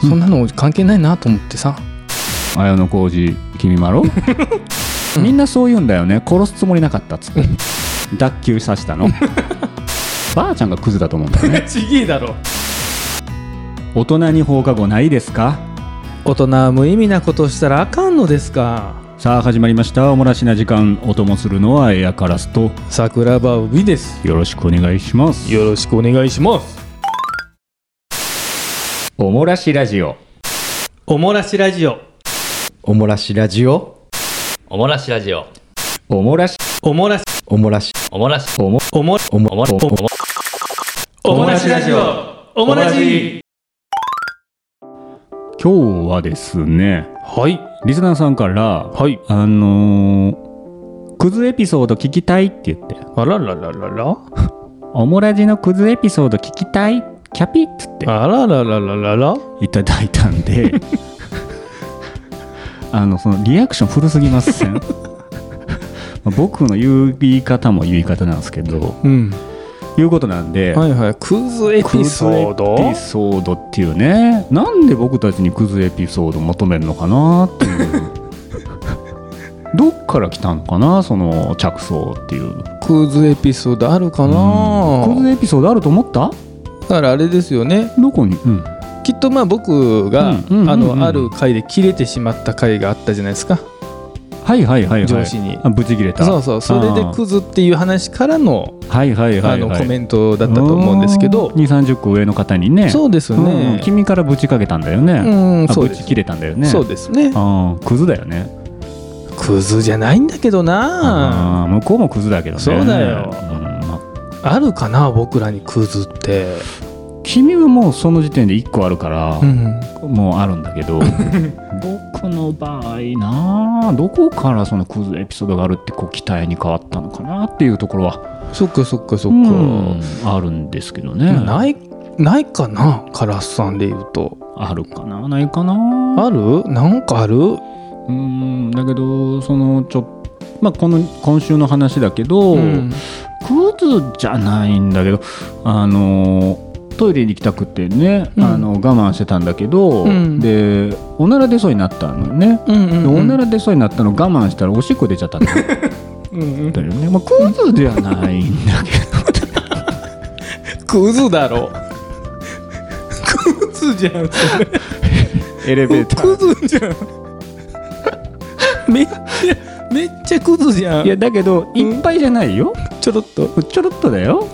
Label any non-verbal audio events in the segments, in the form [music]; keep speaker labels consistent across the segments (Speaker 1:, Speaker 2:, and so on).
Speaker 1: そんなの関係ないなと思って [laughs] さ、
Speaker 2: 綾小路君まろみんなそう言うんだよね殺すつもりなかったっつって脱臼させた [laughs] のばあちゃんがクズだと思うんだよね
Speaker 1: ちげえだろ
Speaker 2: 大人に放課後ないですか
Speaker 1: 大人は無意味なことしたらあかんのですか
Speaker 2: さあ始まりましたおもらしな時間お供するのはエアカラスと
Speaker 1: 桜庭海です
Speaker 2: よろしくお願いします
Speaker 1: よろしくお願いします
Speaker 2: おもらしラジオ
Speaker 1: おもらしラジオ
Speaker 3: おもらしラジオ
Speaker 4: おもらしラジオ。
Speaker 2: おもらし
Speaker 1: おもらし
Speaker 3: おもらし
Speaker 4: おもらし、
Speaker 2: おも
Speaker 1: おも
Speaker 3: おも
Speaker 4: おもらし、おも
Speaker 1: お
Speaker 2: もらしラジオ
Speaker 1: お
Speaker 2: もらし今日はですね
Speaker 1: はい
Speaker 2: リスナーさんから
Speaker 1: はい
Speaker 2: あのークズエピソード聞きたいって言って
Speaker 1: あららららら
Speaker 2: オモラジのクズエピソード聞きたいキャピっつって
Speaker 1: あらららららら
Speaker 2: いただいたんで [laughs] あのそのリアクション古すぎませんまあ [laughs] 僕の言う言い方も言い方なんですけど
Speaker 1: うん
Speaker 2: いうことなんで、
Speaker 1: はいはいクズエ
Speaker 2: ク
Speaker 1: ピ
Speaker 2: ズ
Speaker 1: ソー
Speaker 2: エ
Speaker 1: ド
Speaker 2: ピソードっていうねなんで僕たちにクズエピソード求めるのかなっていう [laughs] どっから来たのかなその着想っていう
Speaker 1: クズエピソードあるか
Speaker 2: うんクズ
Speaker 1: な
Speaker 2: エピソードあると思った
Speaker 1: だからあれですよね
Speaker 2: どこに、うん
Speaker 1: きっとまあ僕が、
Speaker 2: うんうんうんうん
Speaker 1: あのある回で切れてしまった回があったじゃないですか
Speaker 2: はいはいはい、はい、
Speaker 1: 上司に
Speaker 2: あブチ切れた
Speaker 1: そうそうそれで
Speaker 2: あー
Speaker 1: クズっていう話からの
Speaker 2: はいはいは
Speaker 1: あ
Speaker 2: い、
Speaker 1: の
Speaker 2: はい、
Speaker 1: コメントだったと思うんですけど
Speaker 2: 2三3 0個上の方にね
Speaker 1: そうです
Speaker 2: うんうん
Speaker 1: ね
Speaker 2: 君からぶちかけたんだよね、
Speaker 1: うん
Speaker 2: あ
Speaker 1: そう
Speaker 2: ぶ
Speaker 1: で
Speaker 2: ち
Speaker 1: す
Speaker 2: 切れたんだよね
Speaker 1: そうですね
Speaker 2: あークズだよね
Speaker 1: クズじゃないんだけどなあ
Speaker 2: あー向こうもクズだけどね
Speaker 1: そうだよ
Speaker 2: んま
Speaker 1: るかな僕らにクズって
Speaker 2: 君はもうその時点で1個あるから、
Speaker 1: うん
Speaker 2: もうあるんだけ
Speaker 1: [laughs]
Speaker 2: ど僕の場合なあどこからそのクズエピソードがあるってこう期待に変わったのかなっていうところは
Speaker 1: そっかそっかそっ
Speaker 2: うん
Speaker 1: か
Speaker 2: あるんですけどね
Speaker 1: ないないかなカラスさんで言うと
Speaker 2: あるかなないかな
Speaker 1: あるなんかある
Speaker 2: うーんだけどそのちょまあこの今週の話だけど、
Speaker 1: うん
Speaker 2: クズじゃないんだけどあのトイレに行きたくてね、
Speaker 1: うん
Speaker 2: あの我慢してたんだけど、
Speaker 1: うん
Speaker 2: でおなら出そうになったのよね、
Speaker 1: うんう
Speaker 2: で
Speaker 1: んうん
Speaker 2: おなら出そうになったの我慢したらおしっこ出ちゃったんだよ
Speaker 1: うんうん [laughs]
Speaker 2: ね、まあ、クズではないんだけど
Speaker 1: クズだろクズじゃんそれ
Speaker 2: エレベーター
Speaker 1: クズじゃんめっちゃめっちゃクズじゃ
Speaker 2: い
Speaker 1: ん
Speaker 2: やだけどいっぱいじゃないよ、
Speaker 1: ちょろっと
Speaker 2: ちょろっとだよ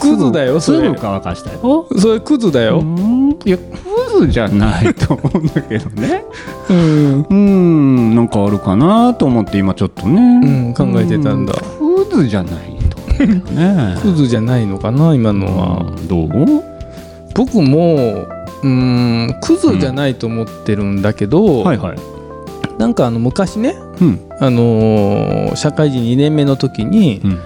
Speaker 1: クズだよ
Speaker 2: す
Speaker 1: そ
Speaker 2: ぐす
Speaker 1: れ
Speaker 2: ぐ乾かしたよ
Speaker 1: それクズだ
Speaker 2: う
Speaker 1: よ
Speaker 2: ーんいやクズじゃないと思うんだけどね
Speaker 1: うん、
Speaker 2: うーん、なんかあるかなと思って今ちょっと
Speaker 1: う
Speaker 2: ね、
Speaker 1: ん、考えてたんだ
Speaker 2: うんクズじゃないと思うんだよね
Speaker 1: クズじゃないのかな今のは
Speaker 2: うんどう
Speaker 1: 僕もうんクズじゃないと思ってるんだけど、
Speaker 2: はいはい、
Speaker 1: なんかあの昔ね、
Speaker 2: うん
Speaker 1: あのー社会人2年目の時に
Speaker 2: うん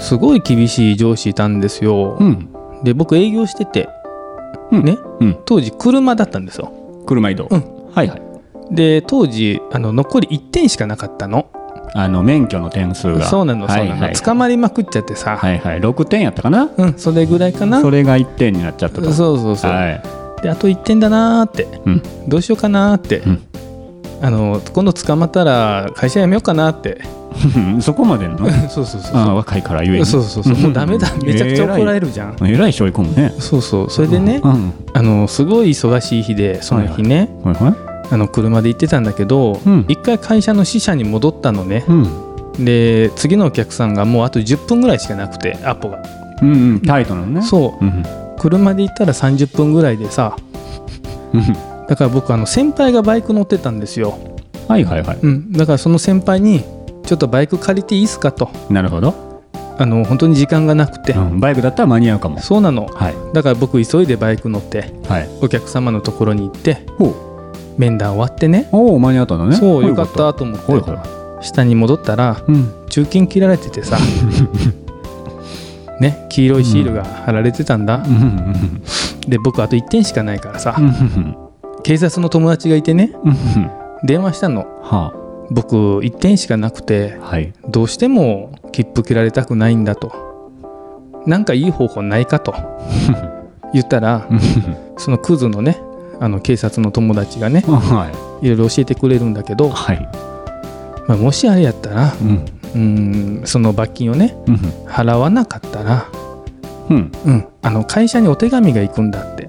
Speaker 1: すごい厳しい上司いたんですよ、
Speaker 2: うん、
Speaker 1: で僕営業してて、
Speaker 2: うん
Speaker 1: ね、
Speaker 2: うん
Speaker 1: 当時車だったんですよ
Speaker 2: 車移動、
Speaker 1: う
Speaker 2: はいはい
Speaker 1: で当時あの残り1点しかなかったの
Speaker 2: あの免許の点数が
Speaker 1: そうなのそうなの、
Speaker 2: はいはい
Speaker 1: 捕まりまくっちゃってさ、
Speaker 2: はいはい6点やったかな
Speaker 1: うんそれぐらいかな
Speaker 2: それが1点になっちゃったと
Speaker 1: そうそうそう、
Speaker 2: はい
Speaker 1: であと1点だなーって、
Speaker 2: うん [laughs]
Speaker 1: どうしようかなーって、
Speaker 2: うん
Speaker 1: あの今度捕まったら会社辞めようかなーって
Speaker 2: そこまでの
Speaker 1: [laughs] そうそうそう
Speaker 2: あ
Speaker 1: そ
Speaker 2: ー
Speaker 1: う
Speaker 2: 若いからゆえに
Speaker 1: そうそうそうもうダメだ
Speaker 2: うん
Speaker 1: めちゃくちゃ怒られるじゃん、
Speaker 2: えらい背負い込むね
Speaker 1: そうそうそれでね、
Speaker 2: うん
Speaker 1: あのすごい忙しい日でその日ね、
Speaker 2: はいは
Speaker 1: あの車で行ってたんだけど、
Speaker 2: うん
Speaker 1: 一回会社の支社に戻ったのね
Speaker 2: い、うん
Speaker 1: で次のお客さんがもうあと10分ぐらいしかなくてアポが、
Speaker 2: うんうんタイトなのね、
Speaker 1: そう
Speaker 2: うん
Speaker 1: う車で行ったら30分ぐらいでさ
Speaker 2: うん、
Speaker 1: だから僕あの先輩がバイク乗ってたんですよ、
Speaker 2: はいはいは
Speaker 1: うん、だからその先輩に「ちょっとバイク借りていいっすか?」と
Speaker 2: いなるほど、
Speaker 1: あの本当に時間がなくて、
Speaker 2: うん、バイクだったら間に合うかも
Speaker 1: そうなの
Speaker 2: はい
Speaker 1: だから僕急いでバイク乗って
Speaker 2: はい
Speaker 1: お客様のところに行って
Speaker 2: ほう
Speaker 1: 面談終わってね
Speaker 2: おお間に合ったんだね
Speaker 1: そう
Speaker 2: ほ
Speaker 1: よかったと思
Speaker 2: ほい
Speaker 1: っ
Speaker 2: ほい
Speaker 1: て下に戻ったら
Speaker 2: うん
Speaker 1: 中金切られてて
Speaker 2: [laughs]
Speaker 1: さね黄色いシールが貼られてたんだ、
Speaker 2: うんうん
Speaker 1: で僕あと1点しかないからさ、
Speaker 2: うんうん
Speaker 1: 警察の友達がいてね
Speaker 2: うんうん
Speaker 1: 電話したの
Speaker 2: は
Speaker 1: 僕1点しかなくて
Speaker 2: あはい
Speaker 1: どうしても切符切られたくないんだとなんかいい方法ないかと言ったらそのクズのねあの警察の友達がね
Speaker 2: はい
Speaker 1: ろいろ教えてくれるんだけど
Speaker 2: い、はい
Speaker 1: まあ、もしあれやったら
Speaker 2: うん
Speaker 1: うんその罰金をね
Speaker 2: うん
Speaker 1: 払わなかったら、
Speaker 2: うん
Speaker 1: うん、あの会社にお手紙が行くんだって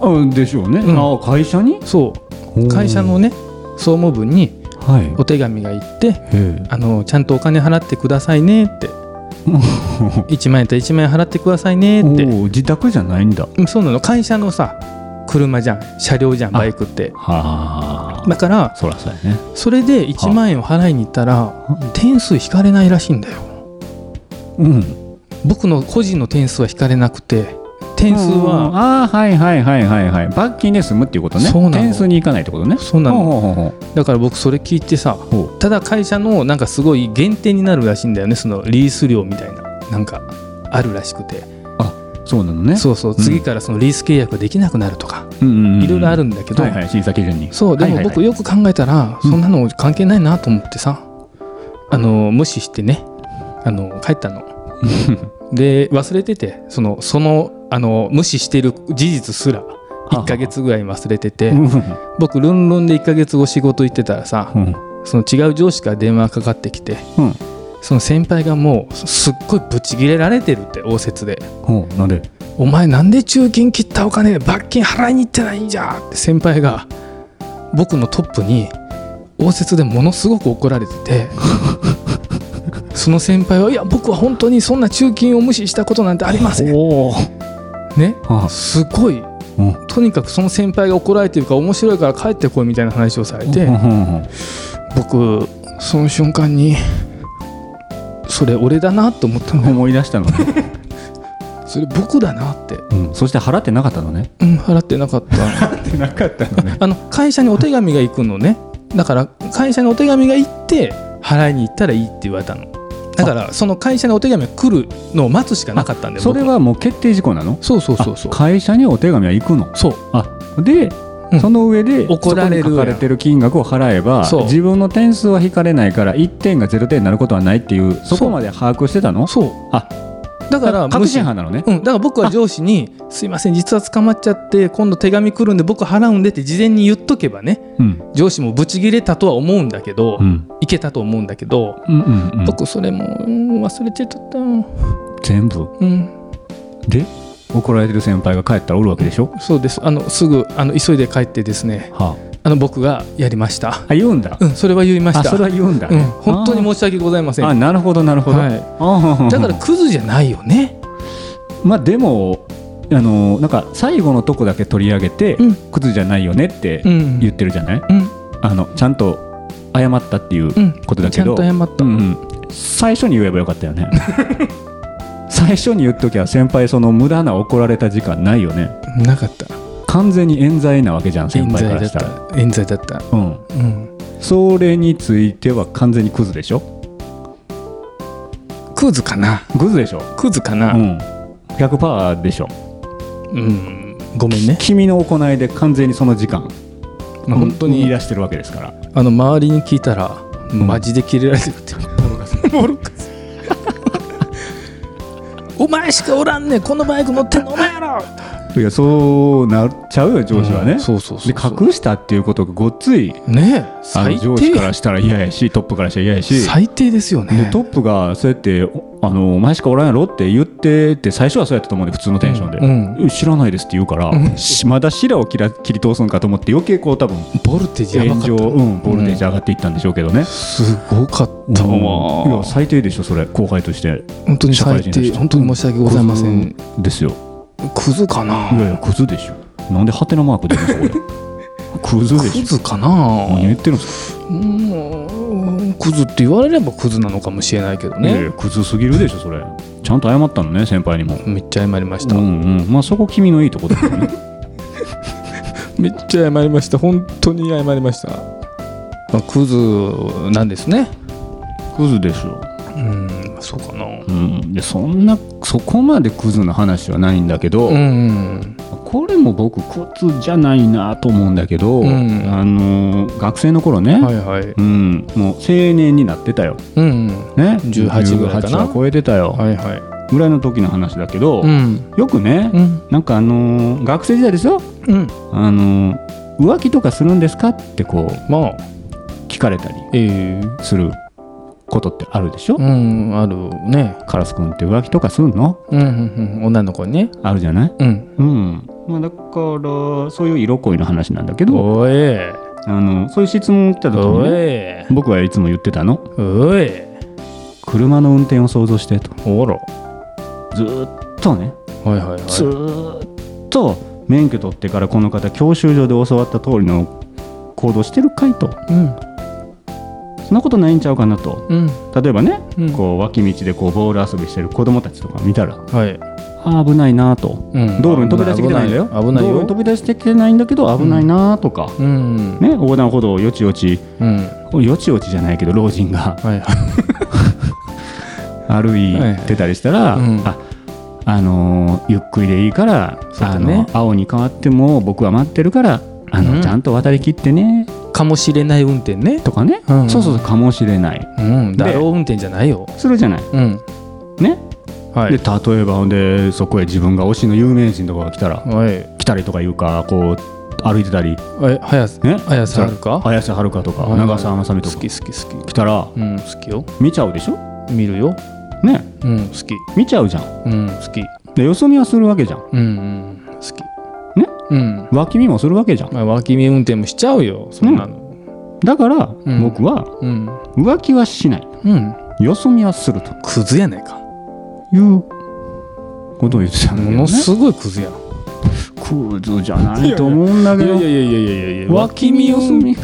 Speaker 2: うんあでしょうね、
Speaker 1: うん
Speaker 2: ああ会社に
Speaker 1: そう会社のね総務部に
Speaker 2: はい
Speaker 1: お手紙が行って
Speaker 2: へ
Speaker 1: あのちゃんとお金払ってくださいねって1万円と1万円払ってくださいね
Speaker 2: え
Speaker 1: って
Speaker 2: おお自宅じゃないんだは
Speaker 1: うんそうなの会社のさ車じゃん車両じゃん
Speaker 2: あ
Speaker 1: バイクって
Speaker 2: あ
Speaker 1: だから
Speaker 2: そらそうやね
Speaker 1: それで1万円を払いに行ったら点数引かれないらしいんだよ
Speaker 2: うん
Speaker 1: 僕の個人の点数は引かれなくて点数
Speaker 2: うん
Speaker 1: は
Speaker 2: ああはいはいはいはいはい罰金で済むっていうことね
Speaker 1: そうなの
Speaker 2: 点数に行かないってことね
Speaker 1: そうなの
Speaker 2: ほうほうほう
Speaker 1: だから僕それ聞いてさ
Speaker 2: ほう
Speaker 1: ただ会社のなんかすごい限定になるらしいんだよねそのリース料みたいななんかあるらしくて
Speaker 2: そうなのね
Speaker 1: そうそう
Speaker 2: うん
Speaker 1: 次からそのリース契約ができなくなるとか
Speaker 2: うんうんうん
Speaker 1: いろいろあるんだけど、
Speaker 2: はいはい審査基準に
Speaker 1: そうで
Speaker 2: は
Speaker 1: も
Speaker 2: いはいはい
Speaker 1: 僕よく考えたら
Speaker 2: うん
Speaker 1: そんなの関係ないなと思ってさ、あの無視してねあの帰
Speaker 2: [laughs]
Speaker 1: ったの。で忘れててそのそのあの無視してる事実すら1ヶ月ぐらい忘れてて
Speaker 2: [laughs] うん
Speaker 1: 僕ルンルンで1ヶ月後仕事行ってたらさ
Speaker 2: うん
Speaker 1: その違う上司から電話かかってきて
Speaker 2: うん
Speaker 1: その先輩がもうすっごいブチギレられてるって応接で
Speaker 2: ほうなんで
Speaker 1: 「お前なんで中金切ったお金で罰金払いに行ってないんじゃ!」って先輩が僕のトップに応接でものすごく怒られてて [laughs] その先輩は「いや僕は本当にそんな中金を無視したことなんてありません」
Speaker 2: おお
Speaker 1: ね
Speaker 2: あ
Speaker 1: すごい
Speaker 2: うん
Speaker 1: とにかくその先輩が怒られてるから面白いから帰ってこいみたいな話をされて。
Speaker 2: うんうんうん
Speaker 1: 僕その瞬間にそれ俺だなと思ったの
Speaker 2: 思い出したのね、
Speaker 1: それ僕だなって、
Speaker 2: [laughs] うん、そして払ってなかったのね
Speaker 1: うん、払ってなかった
Speaker 2: 払ってなかったのね
Speaker 1: あの会社にお手紙が行くのねだから会社にお手紙が行って払いに行ったらいいって言われたのだからその会社にお手紙が来るのを待つしかなかったんで
Speaker 2: それ
Speaker 1: 僕
Speaker 2: はもう決定事項なの
Speaker 1: そうそうそうそう
Speaker 2: あ会社にお手紙は行くの
Speaker 1: そう
Speaker 2: あで、
Speaker 1: うん
Speaker 2: その上で
Speaker 1: 怒られる
Speaker 2: そこに書かれてる金額を払えば
Speaker 1: そう
Speaker 2: 自分の点数は引かれないから1点が0点になることはないっていうそこまで把握してたの
Speaker 1: そう
Speaker 2: あ
Speaker 1: だから
Speaker 2: 確
Speaker 1: 無視
Speaker 2: 信犯なのね、
Speaker 1: うん、だから僕は上司に「すいません実は捕まっちゃって今度手紙来るんで僕払うんで」って事前に言っとけばね
Speaker 2: うん
Speaker 1: 上司もブチギレたとは思うんだけど、
Speaker 2: うん
Speaker 1: いけたと思うんだけど、
Speaker 2: うんうんうん、
Speaker 1: 僕それも、うん、忘れちゃった
Speaker 2: 全部
Speaker 1: うん
Speaker 2: で怒られてる先輩が帰ったらおるわけでしょ、
Speaker 1: そうですあのすぐあの急いで帰ってですね
Speaker 2: は
Speaker 1: あの僕がやりました
Speaker 2: あ、あ言うんだ、
Speaker 1: うんそれは言いまし
Speaker 2: あ
Speaker 1: た
Speaker 2: それは言うんだ、
Speaker 1: うん、本当に
Speaker 2: う
Speaker 1: 申し訳ございません
Speaker 2: あなるほどなるほど、
Speaker 1: はい
Speaker 2: い
Speaker 1: だからクズじゃないよね
Speaker 2: まあでもあのなんか最後のとこだけ取り上げて、
Speaker 1: うん
Speaker 2: 靴じゃないよねって
Speaker 1: うん
Speaker 2: 言ってるじゃない、
Speaker 1: うん
Speaker 2: あのちゃんと謝ったっていう
Speaker 1: うん
Speaker 2: ことだ
Speaker 1: ち
Speaker 2: け
Speaker 1: ゃん
Speaker 2: ど、
Speaker 1: と謝った、
Speaker 2: うんうん最初に言えばよかった
Speaker 1: [laughs]
Speaker 2: よね最初に言っときゃ先輩その無駄な怒られた時間ないよね
Speaker 1: なかった
Speaker 2: 完全に冤罪なわけじゃん先
Speaker 1: 冤
Speaker 2: 輩
Speaker 1: 罪
Speaker 2: から
Speaker 1: だっ
Speaker 2: したら、
Speaker 1: た冤罪だった
Speaker 2: うん、
Speaker 1: うん
Speaker 2: それについては完全にクズでしょ
Speaker 1: クズかな
Speaker 2: クズでしょ、
Speaker 1: クズか
Speaker 2: う
Speaker 1: なうん、
Speaker 2: ん、100%でしょ
Speaker 1: ごめんね、
Speaker 2: 君の行いで完全にその時間
Speaker 1: まあ、本当
Speaker 2: 生み
Speaker 1: に
Speaker 2: 出してるわけですから
Speaker 1: あの周りに聞いたら
Speaker 2: ん
Speaker 1: マジでキレられてるって、ボロカスお前しかおらんねんこのバイク乗ってんのお前やろ
Speaker 2: いやそうなっちゃうよ上司はね、
Speaker 1: うんそうそうそうそう
Speaker 2: で隠したっていうことがごっつい
Speaker 1: ねえ
Speaker 2: あの
Speaker 1: 最
Speaker 2: 上司から
Speaker 1: 低
Speaker 2: したら嫌やしトップからしたら嫌やし
Speaker 1: 最低ですよ
Speaker 2: で
Speaker 1: ね
Speaker 2: トップがそうやっておあの「お前しかおらんやろ」って言ってって最初はそうやったと思うんで普通のテンションで「
Speaker 1: うん
Speaker 2: え知らないです」って言うから、しまだ白を切ら切り通すんかと思って余計こう多分
Speaker 1: ボルテージやばか
Speaker 2: 炎
Speaker 1: った
Speaker 2: 上、うん、ボルテージ
Speaker 1: うん
Speaker 2: 上がっていったんでしょうけどね、
Speaker 1: すごかったわ
Speaker 2: うんいや最低でしょそれ後輩として
Speaker 1: 本当に最
Speaker 2: 社会人とし
Speaker 1: 低
Speaker 2: て
Speaker 1: 本当に申し訳ございません
Speaker 2: クズですよ
Speaker 1: クズかない
Speaker 2: やいやクズでしょなんでハテナマーク出ましたこ [laughs] れクズで
Speaker 1: ク
Speaker 2: しょ
Speaker 1: ズか
Speaker 2: 何言
Speaker 1: な
Speaker 2: ってるんです
Speaker 1: うんクズって言われればクズなのかもしれないけど
Speaker 2: か、ね、いやい
Speaker 1: ね
Speaker 2: やクズすぎるでしょそれちゃんと謝ったのね先輩にも
Speaker 1: めっちゃ謝りました
Speaker 2: うんうんまあそこ君のいいとこだよね
Speaker 1: めっちゃ謝りました本当に謝りました、まあ、クズなんですね
Speaker 2: クズですよ、
Speaker 1: うんそうかなう
Speaker 2: うん、でそんなそこまでクズな話はないんだけど、
Speaker 1: ん
Speaker 2: これも僕クズじゃないなと思うんだけど、
Speaker 1: うん
Speaker 2: あのー学生の頃ね、
Speaker 1: はいはい
Speaker 2: うん、もう青年になってたよ、
Speaker 1: うん
Speaker 2: ね、
Speaker 1: 18ぐらいかな
Speaker 2: は超えてたよ、
Speaker 1: はいはい
Speaker 2: ぐらいの時の話だけど、
Speaker 1: うん
Speaker 2: よくね、
Speaker 1: うん
Speaker 2: なんかあのー学生時代ですよ、
Speaker 1: うん
Speaker 2: あのー浮気とかするんですかってこう
Speaker 1: まあ
Speaker 2: 聞かれたり
Speaker 1: ええ
Speaker 2: することってあるでしょ、
Speaker 1: うんあるね
Speaker 2: カラス君って浮気とかするの
Speaker 1: うんうんうん女の子にね
Speaker 2: あるじゃない
Speaker 1: うん
Speaker 2: うん、まあ、だからそういう色恋の話なんだけど
Speaker 1: おえ
Speaker 2: あのそういう質問来た時
Speaker 1: お
Speaker 2: に、ね、
Speaker 1: え
Speaker 2: 僕はいつも言ってたの
Speaker 1: おえ
Speaker 2: 車の運転を想像してと
Speaker 1: おら
Speaker 2: ずーっとね
Speaker 1: はいはい
Speaker 2: ず
Speaker 1: は
Speaker 2: ーっと免許取ってからこの方教習所で教わった通りの行動してるかいと
Speaker 1: いうん
Speaker 2: そんなことないんちゃうかなと
Speaker 1: うん
Speaker 2: 例えばね、
Speaker 1: うん
Speaker 2: こう脇道でこうボール遊びしてる子供たちとか見たら
Speaker 1: はい
Speaker 2: あー危ないなと、
Speaker 1: うん
Speaker 2: 道路に飛び出してきてないんだよ
Speaker 1: 危ない
Speaker 2: 道
Speaker 1: よ
Speaker 2: 路に飛び出してきてないんだけど危ないなとか、
Speaker 1: うん
Speaker 2: ね横断歩道をよちよち
Speaker 1: うん
Speaker 2: よちよちじゃないけど老人が
Speaker 1: はいは
Speaker 2: 歩いてたりした
Speaker 1: は
Speaker 2: ら、
Speaker 1: いうん
Speaker 2: ああのーゆっくりでいいから、
Speaker 1: そう
Speaker 2: あ
Speaker 1: だね
Speaker 2: の青に変わっても僕は待ってるからあの、
Speaker 1: うん
Speaker 2: ちゃんと渡りきってね
Speaker 1: いかもしれない運転ね
Speaker 2: とかね、
Speaker 1: うん
Speaker 2: そうそうそうかもしれない
Speaker 1: うん
Speaker 2: で
Speaker 1: だろう運転じゃないよ
Speaker 2: するじゃない
Speaker 1: うん
Speaker 2: ね、
Speaker 1: は
Speaker 2: で
Speaker 1: い
Speaker 2: 例えばほんでそこへ自分が推しの有名人とかが来たら、
Speaker 1: はい
Speaker 2: 来たりとかいうかこう歩いてたり
Speaker 1: え早瀬
Speaker 2: ね
Speaker 1: 綾瀬はるか
Speaker 2: 綾瀬はるかとか、
Speaker 1: はい
Speaker 2: 長澤まさみと
Speaker 1: 好
Speaker 2: か
Speaker 1: き好き好
Speaker 2: 来たら
Speaker 1: きうん好きよ
Speaker 2: 見ちゃうでしょ
Speaker 1: 見るよ
Speaker 2: ね
Speaker 1: うん好き
Speaker 2: 見ちゃうじゃん
Speaker 1: うん好き
Speaker 2: でよそ見はするわけじゃん
Speaker 1: うんうん好き
Speaker 2: ね
Speaker 1: うん
Speaker 2: 脇見もするわけじゃん
Speaker 1: まあ脇見運転もしちゃうよそんなの
Speaker 2: だから
Speaker 1: ん
Speaker 2: 僕は
Speaker 1: うん
Speaker 2: 浮気はしない
Speaker 1: うん
Speaker 2: よそ見はすると
Speaker 1: クズやないか
Speaker 2: いうことを言ってたんだけ
Speaker 1: も
Speaker 2: ど、ね、
Speaker 1: のすごいクズやん
Speaker 2: クズじゃないと思うんだけど
Speaker 1: いやいやいやいや
Speaker 2: 脇見よそ見
Speaker 1: い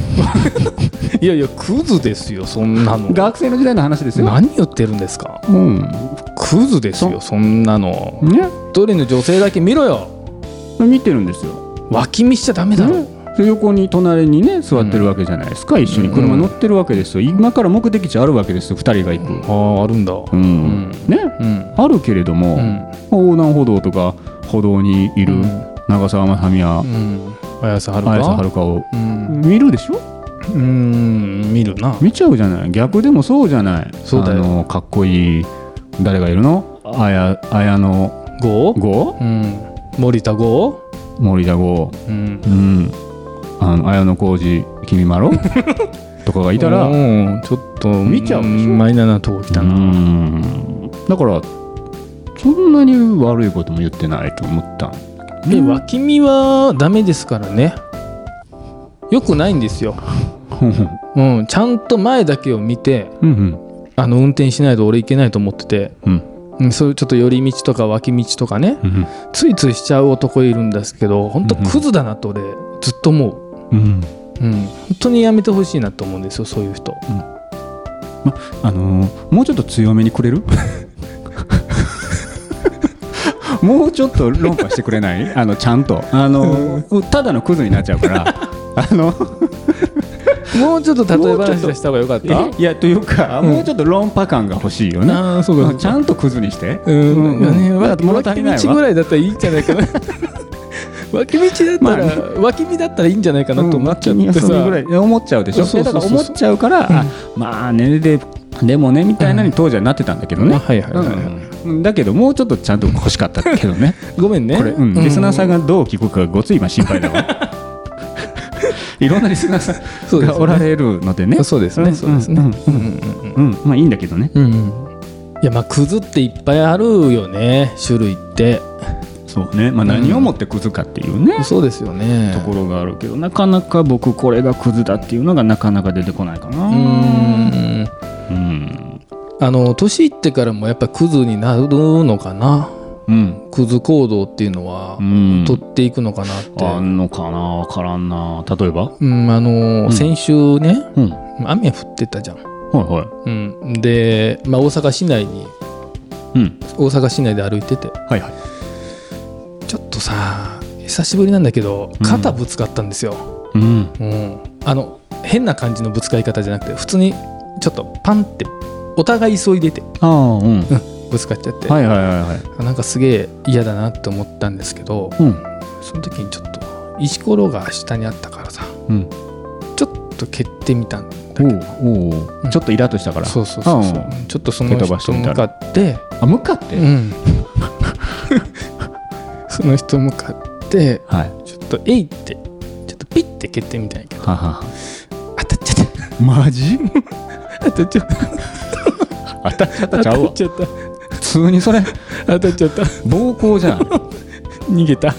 Speaker 1: やいやクズですよそんなの
Speaker 2: 学生の時代の話ですよ、
Speaker 1: 何言ってるんですか
Speaker 2: うんね
Speaker 1: クズですよそんなの一人の女性だけ見ろよ
Speaker 2: 見てるんですよ、
Speaker 1: 脇見しちゃダメだろ
Speaker 2: ね、で横に隣にね座ってるわけじゃないですか、一緒に車乗ってるわけですよ今から目的地あるわけですよ2人が行く、
Speaker 1: あああるんだ
Speaker 2: う
Speaker 1: うんん
Speaker 2: ね
Speaker 1: うん
Speaker 2: あるけれども、
Speaker 1: うん
Speaker 2: 横断歩道とか歩道にいる長澤まさみや
Speaker 1: うん綾瀬はるか
Speaker 2: 綾瀬はるかを
Speaker 1: うん
Speaker 2: 見るでしょ
Speaker 1: うん見るな
Speaker 2: 見ちゃうじゃない逆でもそうじゃない
Speaker 1: そうだよ
Speaker 2: あのかっこいい誰がいるのあや綾野
Speaker 1: 五
Speaker 2: 剛
Speaker 1: うん森田剛
Speaker 2: 森田剛
Speaker 1: うん
Speaker 2: うんあの綾野浩二君
Speaker 1: [laughs]
Speaker 2: まろとかがいたらう
Speaker 1: うんちょっと
Speaker 2: 見ちゃうでしょ
Speaker 1: んマイナーなとこ来たな、
Speaker 2: んだからそんなに悪いことも言ってないと思った
Speaker 1: で脇見はダメですからねよくないんです [laughs] よ、うん、ちゃんと前だけを見て
Speaker 2: うんうん
Speaker 1: あの運転しないと俺いけないと思ってて、
Speaker 2: うん
Speaker 1: うん、そういうちょっと寄り道とか脇道とかね
Speaker 2: うん
Speaker 1: ついついしちゃう男いるんですけど本当クズだなと俺ずっと思う、
Speaker 2: うん
Speaker 1: うん、本当にやめてほしいなと思うんですよそういう [laughs] 人
Speaker 2: あのーもうちょっと強めにくれる [laughs] もうちょっと論破してくれない [laughs] あのちゃんと、あのーただのクズになっちゃうから [laughs] あの
Speaker 1: もうちょっと例え話をした方がよかった
Speaker 2: いやというか、もうちょっと論破感が欲しいよね
Speaker 1: ああそうかそうか
Speaker 2: ちゃんとクズにして
Speaker 1: うん、
Speaker 2: う
Speaker 1: だね、
Speaker 2: んだ
Speaker 1: わ
Speaker 2: って物足りない
Speaker 1: 脇道ぐ
Speaker 2: わ
Speaker 1: らいだったらいいんじゃないかな。脇道だったら、脇道だったらいいんじゃないかなと思っちゃってさ、
Speaker 2: うん君はそれぐらいいや思っちゃうでしょ
Speaker 1: そうそうそうそう
Speaker 2: でだから思っちゃうから、あまあねででもねみたいなに当時はなってたんだけどね、
Speaker 1: あはいはいはいはい
Speaker 2: うんだけどもうちょっとちゃんと欲しかったけどね
Speaker 1: ごめんね。
Speaker 2: これ、うんリスナーさんがどう聞くかごつい今心配
Speaker 1: [laughs]
Speaker 2: だわいろんなリスナーさ
Speaker 1: そ
Speaker 2: ん
Speaker 1: うです
Speaker 2: が
Speaker 1: ね
Speaker 2: おられるのでね
Speaker 1: そうですね、そうですね。
Speaker 2: うんうんうんまあいいんだけどね
Speaker 1: うん、うんいや、まあ、クズっていっぱいあるよね、種類って。
Speaker 2: そうね、まあ、何をもってクズかっていうね、
Speaker 1: そうですよね。
Speaker 2: ところがあるけどなかなか僕これがクズだっていうのがなかなか出てこないかな
Speaker 1: うーん
Speaker 2: うん
Speaker 1: あの年いってからもやっぱクズになるのかな
Speaker 2: うん
Speaker 1: クズ行動っていうのは
Speaker 2: うん
Speaker 1: 取っていくのかなって、
Speaker 2: あんのかなわからんな例えば
Speaker 1: うんあの
Speaker 2: ん
Speaker 1: 先週ね
Speaker 2: うんはい
Speaker 1: 雨降ってたじゃん
Speaker 2: は
Speaker 1: うん、で、まあ、大阪市内に
Speaker 2: いうん
Speaker 1: 大阪市内で歩いてて
Speaker 2: はいはい
Speaker 1: ちょっとさ久しぶりなんだけど
Speaker 2: うん
Speaker 1: 肩ぶつかったんですよ、
Speaker 2: うん
Speaker 1: うんあの変な感じのぶつかり方じゃなくて普通にちょっとパンってお互い急いでて
Speaker 2: ああうん
Speaker 1: ぶつかっちゃって、
Speaker 2: はいはいはいはい
Speaker 1: なんかすげえ嫌だなって思ったんですけど
Speaker 2: うん
Speaker 1: その時にちょっと石ころが下にあったからさ
Speaker 2: うん
Speaker 1: ちょっと蹴ってみたのだけど、
Speaker 2: おうおう
Speaker 1: うん
Speaker 2: ちょっとイラッとしたから
Speaker 1: そうそうそうそう、
Speaker 2: ん
Speaker 1: ちょっとその
Speaker 2: 蹴飛ばして
Speaker 1: 人
Speaker 2: みた
Speaker 1: 向
Speaker 2: ら
Speaker 1: かって、
Speaker 2: あ向かって、
Speaker 1: うん [laughs] その人向かって
Speaker 2: はい
Speaker 1: ちょっと「えい!」ってちょっとピッて蹴ってみたんやけど
Speaker 2: はは
Speaker 1: 当たっちゃった
Speaker 2: マ [laughs] ジ
Speaker 1: 当たっ [laughs] ちゃった
Speaker 2: 当たっちゃった
Speaker 1: 当
Speaker 2: ちゃう
Speaker 1: た
Speaker 2: わ
Speaker 1: っちゃった
Speaker 2: 普通にそれ
Speaker 1: 当たっちゃった
Speaker 2: 暴行じゃん
Speaker 1: [laughs] 逃
Speaker 2: [laughs]
Speaker 1: げた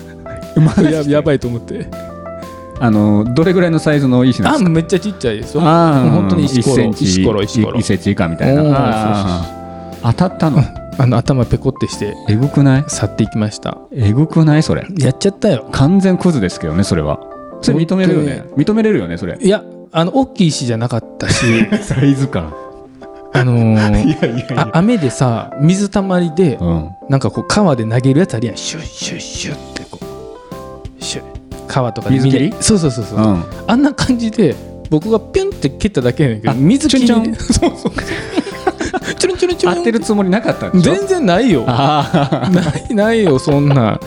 Speaker 2: マジ [laughs]
Speaker 1: ややばいと思って
Speaker 2: あのどれぐらいのサイズの石なんで
Speaker 1: あ
Speaker 2: すか
Speaker 1: めっちゃちっちゃいですよ
Speaker 2: あー
Speaker 1: 本当に石ころ
Speaker 2: 1センチ
Speaker 1: 石ころ石ころ
Speaker 2: 1センチ以下みたいな
Speaker 1: おー
Speaker 2: あー当たったの
Speaker 1: あの頭ペコってして
Speaker 2: えぐくない
Speaker 1: 去っていきました
Speaker 2: えぐくないそれ
Speaker 1: やっちゃったよ
Speaker 2: 完全クズですけどねそれはそれ認めるよね
Speaker 1: 本
Speaker 2: 認めれるよねそ
Speaker 1: [laughs]
Speaker 2: れ
Speaker 1: いやあの大きい石じゃなかったし
Speaker 2: [laughs] サイズ感
Speaker 1: あのー
Speaker 2: いやいや
Speaker 1: あ雨でさ水たまりで
Speaker 2: うん
Speaker 1: なんかこう川で投げるやつあるやんシュッシュッシュッってこうシュッ川とかで
Speaker 2: 水切り
Speaker 1: みんなそうそうそうそう、
Speaker 2: うん
Speaker 1: あんな感じで僕がピュンって蹴っただけやねんけど
Speaker 2: あ
Speaker 1: 水切り
Speaker 2: チュンチュン
Speaker 1: [laughs] そうそう [laughs] チュルンチュルンチュルン
Speaker 2: 当てるつもりなかったんでしょ
Speaker 1: 全然ないよ
Speaker 2: あ
Speaker 1: ないないよそんなん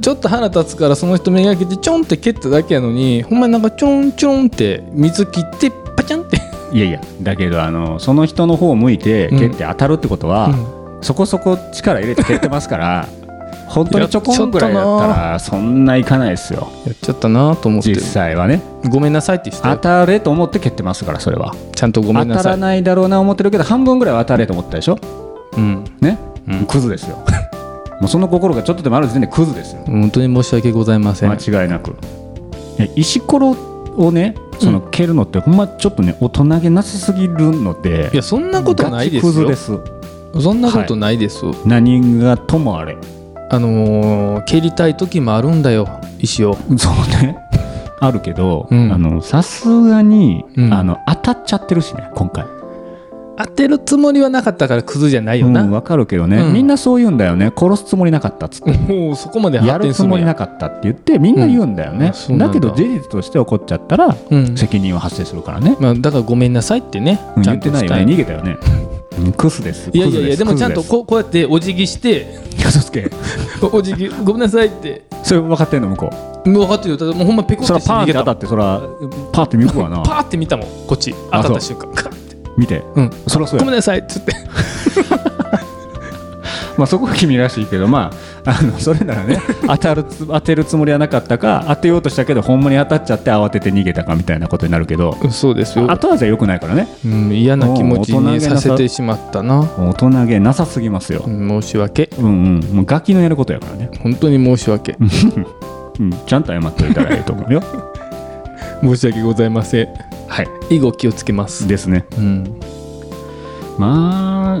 Speaker 1: ちょっと腹立つからその人目がけてちょんって蹴っただけやのにほんまになんかちょんちょんって水切ってパチャンって、
Speaker 2: あいやいやだけどあのその人の方を向いて
Speaker 1: うん
Speaker 2: 蹴って当たるってことは、
Speaker 1: うん
Speaker 2: そこそこ力入れて蹴ってますから
Speaker 1: [laughs]
Speaker 2: 本当にちょこんぐらいだったらそんないかないですよ
Speaker 1: やっちゃったなと思って
Speaker 2: 実際はね
Speaker 1: ごめんなさいってした
Speaker 2: 当
Speaker 1: よ
Speaker 2: たれと思って蹴ってますからそれは
Speaker 1: ちゃんとごめ
Speaker 2: 当
Speaker 1: んな
Speaker 2: た
Speaker 1: さ
Speaker 2: ら
Speaker 1: い
Speaker 2: ないだろうな思ってるけど半分ぐらいは当たれと思ったでしょ
Speaker 1: うん
Speaker 2: ね、
Speaker 1: うん
Speaker 2: クズですよ [laughs] もうその心がちょっとでもある時点でクズですよ
Speaker 1: 本当に申し訳ございません
Speaker 2: 間違いなくえ石ころをねその蹴るのってほんまちょっとね大人げなさすぎるので
Speaker 1: いやそんなことないです
Speaker 2: ガチクズ
Speaker 1: よ
Speaker 2: です
Speaker 1: そんなことないです、
Speaker 2: 何がともあれ
Speaker 1: あのー蹴りたい時もあるんだよ石を
Speaker 2: そうねあるけど、
Speaker 1: うん
Speaker 2: あのさすがに、
Speaker 1: うん
Speaker 2: あの当たっちゃってるしね今回
Speaker 1: 当てるつもりはなかったからクズじゃないよ
Speaker 2: うん、
Speaker 1: な、
Speaker 2: わかるけどね、
Speaker 1: うん
Speaker 2: みんなそう言うんだよね殺すつもりなかったっつって
Speaker 1: もうそこまで
Speaker 2: や
Speaker 1: 発
Speaker 2: る
Speaker 1: 展
Speaker 2: つ
Speaker 1: するん
Speaker 2: もりなかったって言ってみんな言うんだよ
Speaker 1: う
Speaker 2: ね
Speaker 1: ん、そうな
Speaker 2: だ
Speaker 1: んだ
Speaker 2: けど事実として起こっちゃったら
Speaker 1: うん
Speaker 2: 責任は発生するからね、
Speaker 1: まあ、だからごめんなさいってね、
Speaker 2: うん
Speaker 1: ちゃ
Speaker 2: 言っ
Speaker 1: んと
Speaker 2: てない
Speaker 1: し
Speaker 2: よ
Speaker 1: た
Speaker 2: ね
Speaker 1: い
Speaker 2: 逃げたよねうんクズです
Speaker 1: いやいやいやでもちゃんと
Speaker 2: クズ
Speaker 1: こうこうやってお辞儀して [laughs]
Speaker 2: です嘘つけ
Speaker 1: お辞儀ごめんなさいって
Speaker 2: それ分かってんの向こう
Speaker 1: もう分かってるよただもうほんまペコって
Speaker 2: そら
Speaker 1: して
Speaker 2: パー
Speaker 1: 逃
Speaker 2: ンっ
Speaker 1: げ
Speaker 2: て
Speaker 1: たも
Speaker 2: 当た
Speaker 1: ん
Speaker 2: ってそらパーって見るわな
Speaker 1: パーって見たもんこっち当たった瞬間カッて
Speaker 2: 見て
Speaker 1: [laughs] うん
Speaker 2: そらそう
Speaker 1: ご
Speaker 2: や
Speaker 1: めんなさいっつって [laughs]
Speaker 2: まあそこが君らしいけどまああのそれなら [laughs] ね当たるつ当てるつもりはなかったか当てようとしたけどほんまに当たっちゃって慌てて逃げたかみたいなことになるけど
Speaker 1: うんそうですよ、
Speaker 2: 後味は良くないからね
Speaker 1: うん、嫌な気持ち
Speaker 2: もう大
Speaker 1: に
Speaker 2: 人げ
Speaker 1: さ
Speaker 2: なさ
Speaker 1: せてしまったな
Speaker 2: 大人げなさすぎますよ、
Speaker 1: うん申し訳
Speaker 2: うんうんもうガキのやることやからね、
Speaker 1: 本当に申し訳
Speaker 2: うん、ちゃんと謝っておいたらいいと思う [laughs] よ
Speaker 1: 申し訳ございません
Speaker 2: はい
Speaker 1: 以後気をつけます
Speaker 2: ですね
Speaker 1: うん
Speaker 2: まあ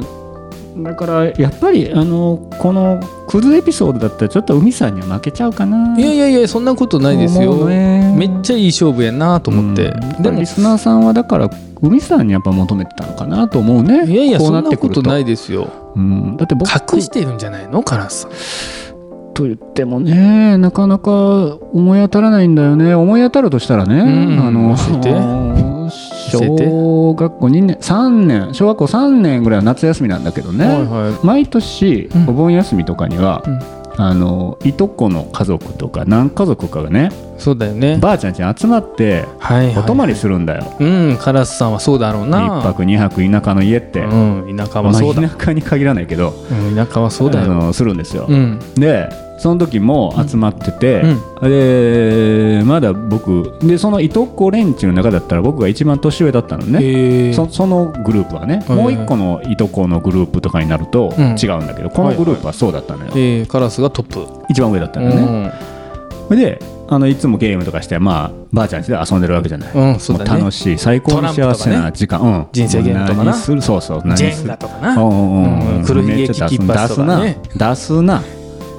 Speaker 2: だからやっぱりあのこのクズエピソードだったらちょっと海さんには負けちゃうかない
Speaker 1: やいやいやそんなことないですよ、
Speaker 2: 思うね
Speaker 1: めっちゃいい勝負やなと思って、
Speaker 2: うん
Speaker 1: でも
Speaker 2: リスナーさんはだから海さんにやっぱ求めてたのかなと思うね
Speaker 1: いやいや
Speaker 2: こう
Speaker 1: そ
Speaker 2: なっ
Speaker 1: んな
Speaker 2: てく
Speaker 1: こ
Speaker 2: ると
Speaker 1: とないですよ
Speaker 2: うん、だって僕
Speaker 1: 隠してるんじゃないのカラスさん
Speaker 2: と言ってもねなかなか思い当たらないんだよね思い当たるとしたらね、
Speaker 1: ん
Speaker 2: あの
Speaker 1: 教えて教えて
Speaker 2: 小学校2年3年小学校3年ぐらいは夏休みなんだけどね、
Speaker 1: はいは
Speaker 2: 毎年
Speaker 1: うん
Speaker 2: お盆休みとかには、
Speaker 1: うん
Speaker 2: あのいとこの家族とか何家族かがね
Speaker 1: いそうだよね
Speaker 2: ばあちゃんちに集まって
Speaker 1: はいはいはい
Speaker 2: お泊まりするんだよ、
Speaker 1: うんカラスさんはそうだろう
Speaker 2: 一
Speaker 1: な
Speaker 2: 泊二泊田舎の家って、
Speaker 1: うん田舎は
Speaker 2: まあ
Speaker 1: そうだ、
Speaker 2: 田舎に限らないけど
Speaker 1: うん、田舎はそうだ
Speaker 2: あ
Speaker 1: よ
Speaker 2: のするんですよ、
Speaker 1: うん
Speaker 2: でその時も集まってて、
Speaker 1: う
Speaker 2: でまだ僕でそのいとこ連中の中だったら僕が一番年上だったのね、
Speaker 1: へえ
Speaker 2: そそのグループはね、
Speaker 1: はいはい
Speaker 2: もう一個のいとこのグループとかになると
Speaker 1: うん
Speaker 2: 違うんだけど、このグループはそうだったのよ、
Speaker 1: えーカラスがトップ
Speaker 2: 一番上だったのよね、であのいつもゲームとかしてまあばあちゃんちで遊んでるわけじゃない、
Speaker 1: うん、うん、そうだ
Speaker 2: もう
Speaker 1: ね
Speaker 2: 楽しい最高に幸せな時間、うん、
Speaker 1: 人生ゲームとかな
Speaker 2: 何するそうそう何
Speaker 1: ジェン
Speaker 2: す
Speaker 1: ガ
Speaker 2: る
Speaker 1: とか
Speaker 2: う
Speaker 1: なん
Speaker 2: うんうん
Speaker 1: 黒ひげ
Speaker 2: めっちゃ
Speaker 1: 危機一髪とかね
Speaker 2: 出すな出すな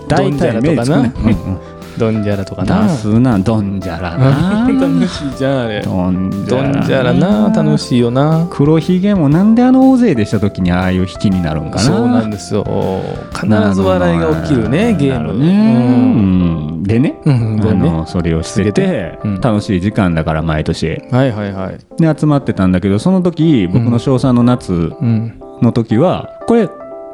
Speaker 1: ドンジャラとかな
Speaker 2: 大体目つくねうんうん
Speaker 1: ドンジャラとかな
Speaker 2: 出すなドンジャラな
Speaker 1: [laughs] 楽しいじゃんあれ
Speaker 2: ドンジ
Speaker 1: ド
Speaker 2: ャラ
Speaker 1: ンジャラな楽しいよな
Speaker 2: 黒ひげもなんであの大勢でした時にああいう引きになるんかな
Speaker 1: そうなんですよ必ず笑いが起きるねゲー
Speaker 2: な
Speaker 1: ム
Speaker 2: るねうんでね、
Speaker 1: うんうん
Speaker 2: あ
Speaker 1: ごめんね
Speaker 2: のそれをしてて
Speaker 1: 続けてうん
Speaker 2: 楽しい時間だから毎年
Speaker 1: はいはいはい
Speaker 2: で集まってたんだけどその時僕の小3の夏
Speaker 1: うん
Speaker 2: の時はこれ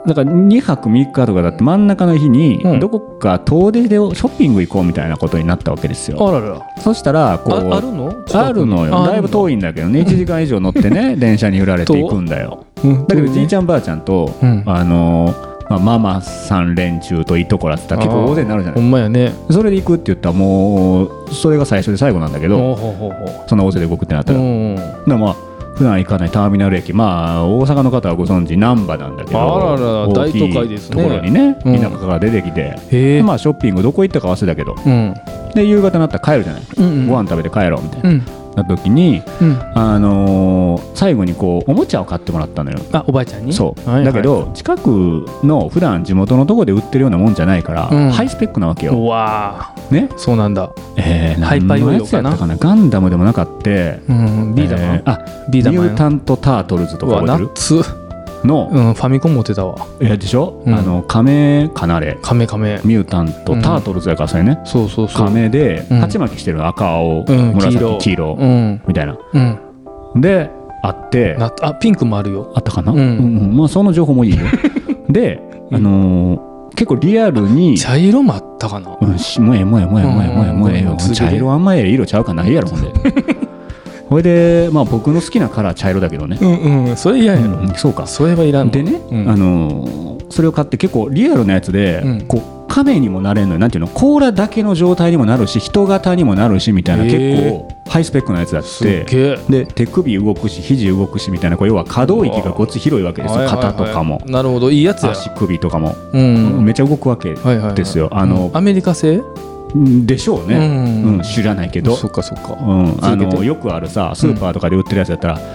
Speaker 2: だから2泊3日とかだって真ん中の日に
Speaker 1: うん
Speaker 2: どこか遠出でショッピング行こうみたいなことになったわけですよ、
Speaker 1: あらら
Speaker 2: そしたらこう
Speaker 1: ああるの
Speaker 2: あるのよだいぶ遠
Speaker 1: い、
Speaker 2: いんだけどね1時間以上乗って
Speaker 1: [laughs]
Speaker 2: ね電車に揺られていくんだよ
Speaker 1: うん、
Speaker 2: だけどじいち
Speaker 1: ゃん
Speaker 2: ゃんばあちゃんと、
Speaker 1: うん
Speaker 2: あのーまあ、ママさん連中といとこらって言ったら結構大勢になるじゃな
Speaker 1: ほ
Speaker 2: い
Speaker 1: んまやね
Speaker 2: それで行くって言ったらもうそれが最初で最後なんだけど
Speaker 1: ほうほうほう
Speaker 2: そんな大勢で動くってなった
Speaker 1: う
Speaker 2: ら、だか
Speaker 1: ん、あ
Speaker 2: らまあ普段行かないターミナル駅まあ大阪の方はご存知難波なんだけど
Speaker 1: あらら
Speaker 2: 大きい
Speaker 1: 大都会ですね
Speaker 2: ところにね
Speaker 1: うん
Speaker 2: 田舎から出てきて、
Speaker 1: へえ、
Speaker 2: まあショッピングどこ行ったか忘れたけど
Speaker 1: うん
Speaker 2: で夕方になったら帰るじゃない、
Speaker 1: うん
Speaker 2: ご飯食べて帰ろうみたいな、
Speaker 1: うん
Speaker 2: なった時に
Speaker 1: うん
Speaker 2: あのー最後にこうおもちゃを買ってもらったのよ
Speaker 1: あおばあちゃんに
Speaker 2: そう、
Speaker 1: はいはい
Speaker 2: だけど近くの普段地元のとこで売ってるようなもんじゃないから、
Speaker 1: うん
Speaker 2: ハイスペックなわけよ
Speaker 1: うわー
Speaker 2: ね
Speaker 1: そうなんだ
Speaker 2: えー、
Speaker 1: ハイパーヨー
Speaker 2: 何のや
Speaker 1: ヨー
Speaker 2: つ
Speaker 1: か
Speaker 2: や
Speaker 1: な
Speaker 2: ったかなガンダムでもなかって
Speaker 1: うんビーダマン、
Speaker 2: えーあ
Speaker 1: ビーダ
Speaker 2: ミ
Speaker 1: マン
Speaker 2: ュータント・タートルズと
Speaker 1: う
Speaker 2: か
Speaker 1: わ
Speaker 2: 覚え
Speaker 1: ナ
Speaker 2: てる
Speaker 1: ッツ、
Speaker 2: の、
Speaker 1: うん、ファミコン持ってたわ
Speaker 2: いやでしょ、
Speaker 1: うん
Speaker 2: あの亀かなあれ
Speaker 1: カメカメ
Speaker 2: ミュータント・タートルズやからそれね、
Speaker 1: そうそうそう
Speaker 2: 亀で
Speaker 1: うん
Speaker 2: 鉢巻きしてる赤青、
Speaker 1: うん、
Speaker 2: 紫
Speaker 1: 黄
Speaker 2: 黄色
Speaker 1: 色うん
Speaker 2: みたいな
Speaker 1: うん
Speaker 2: であって
Speaker 1: なあピンクもあるよ
Speaker 2: あったかな、
Speaker 1: うん
Speaker 2: うんまあその情報もいいよで、あのー結構リアルに
Speaker 1: 茶色もあったかな
Speaker 2: うんしもうええもうええもうええもうええもうええもうええ
Speaker 1: う
Speaker 2: よ
Speaker 1: ん続けて
Speaker 2: 茶色あんまええ色ちゃうかないやろほんでほいでまあ僕の好きなカラー茶色だけどね、
Speaker 1: うんうんそれ嫌やろ、
Speaker 2: うんそうか
Speaker 1: それはいらんわ
Speaker 2: でね、
Speaker 1: うん
Speaker 2: あのーそれを買って結構リアルなやつで、
Speaker 1: うん
Speaker 2: こう亀にもなれるのよなんていうの甲羅だけの状態にもなるし人型にもなるしみたいな
Speaker 1: へ
Speaker 2: 結
Speaker 1: ー
Speaker 2: 構ハイスペックなやつだっ
Speaker 1: すってげえ
Speaker 2: で手首動くし肘動くしみたいなこう要は可動域がごっつ広いわけです
Speaker 1: は
Speaker 2: よ
Speaker 1: いはいはい
Speaker 2: 肩とかも
Speaker 1: なるほどいいやつや
Speaker 2: 足首とかも、
Speaker 1: うん
Speaker 2: めっちゃ動くわ
Speaker 1: は
Speaker 2: け
Speaker 1: いはいはい
Speaker 2: ですよあの
Speaker 1: うんアメリカ製
Speaker 2: でしょうね、
Speaker 1: うん
Speaker 2: うん知らないけど
Speaker 1: そっかそっか
Speaker 2: うん、あ
Speaker 1: 続け
Speaker 2: の
Speaker 1: て
Speaker 2: よくあるさスーパーとかで売ってるやつだったら、
Speaker 1: はいはい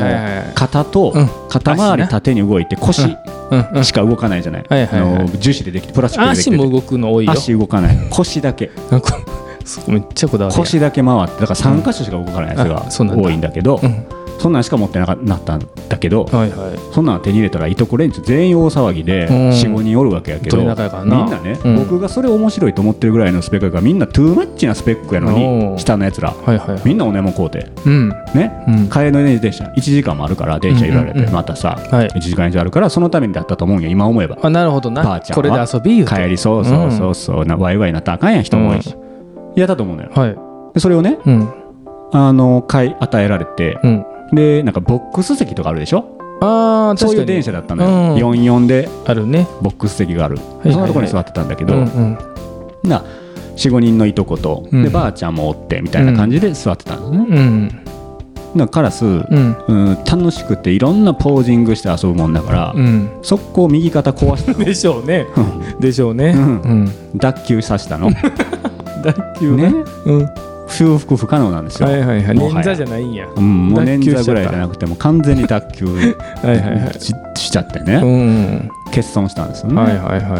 Speaker 1: はい
Speaker 2: 肩と
Speaker 1: うん
Speaker 2: 肩周り縦に動いて
Speaker 1: う
Speaker 2: 腰
Speaker 1: うんうん
Speaker 2: しか動かないじゃない,、
Speaker 1: はいはいはい
Speaker 2: あの樹脂でできてプラスチックででき
Speaker 1: 足
Speaker 2: てて
Speaker 1: も動くの多いよ
Speaker 2: 足動かない腰だけ
Speaker 1: なんかそこめっちゃこだわりや
Speaker 2: 腰だけ回ってだから3箇所しか動かないやつ
Speaker 1: あそうな
Speaker 2: が
Speaker 1: んだ
Speaker 2: 多いんだけど、
Speaker 1: うん
Speaker 2: そんなんしか持ってなかなったんだけど、
Speaker 1: はいはい
Speaker 2: そんなん手に入れたらいとこ連中全員大騒ぎで
Speaker 1: うん
Speaker 2: 45人おるわけやけど
Speaker 1: 鳥
Speaker 2: みん
Speaker 1: 仲やからな
Speaker 2: なね、
Speaker 1: うん
Speaker 2: 僕がそれ面白いと思ってるぐらいのスペックがみんなトゥーマッチなスペックやの
Speaker 1: おー
Speaker 2: に下のやつら
Speaker 1: はいはい
Speaker 2: みんなおねもこうて
Speaker 1: うん
Speaker 2: ね
Speaker 1: うん
Speaker 2: 帰りの電車1時間もあるから電車揺られ
Speaker 1: うんうん
Speaker 2: て
Speaker 1: うん
Speaker 2: またさ
Speaker 1: はい
Speaker 2: 1時間以上あるからそのためにだったと思うんや今思えば
Speaker 1: あなるほど
Speaker 2: ば
Speaker 1: な
Speaker 2: あちゃん
Speaker 1: これで
Speaker 2: は
Speaker 1: 遊び言うて
Speaker 2: 帰りそうそうそうそうなワイワイなったらあかんやん人も多いしやったと思うのよ
Speaker 1: はい
Speaker 2: でそれをね
Speaker 1: うん
Speaker 2: あの買い与えられて
Speaker 1: うん
Speaker 2: でなんかボックス席とかあるでしょ
Speaker 1: ああ
Speaker 2: そう
Speaker 1: 確
Speaker 2: いう
Speaker 1: か
Speaker 2: 電
Speaker 1: に
Speaker 2: 車だったのよ
Speaker 1: う
Speaker 2: 44で
Speaker 1: あるね
Speaker 2: ボックス席がある
Speaker 1: いはいはい
Speaker 2: そんなところに座ってたんだけ
Speaker 1: うん
Speaker 2: ど
Speaker 1: うん
Speaker 2: な45人のいとこと
Speaker 1: う
Speaker 2: で
Speaker 1: ん
Speaker 2: ばあちゃんもおってみたいな感じで座ってたのね
Speaker 1: うん
Speaker 2: だからカラス
Speaker 1: うん
Speaker 2: うん楽しくていろんなポージングして遊ぶもんだから
Speaker 1: うん
Speaker 2: 速攻右肩壊したの
Speaker 1: でしょうねでしょうね
Speaker 2: うん
Speaker 1: うん
Speaker 2: [laughs] 脱臼さしたの
Speaker 1: 脱臼
Speaker 2: ね
Speaker 1: うん
Speaker 2: 修復不可能なんですよ、
Speaker 1: はいはいはい
Speaker 2: もはや
Speaker 1: 捻挫じゃないんや
Speaker 2: うん、もう捻
Speaker 1: [laughs] 脱臼しちゃ
Speaker 2: 挫
Speaker 1: った
Speaker 2: ぐらいじゃなくてもう完全に脱臼
Speaker 1: はいはいはい
Speaker 2: ししちゃってね、
Speaker 1: うん
Speaker 2: 欠損したんですよね、
Speaker 1: はいはいは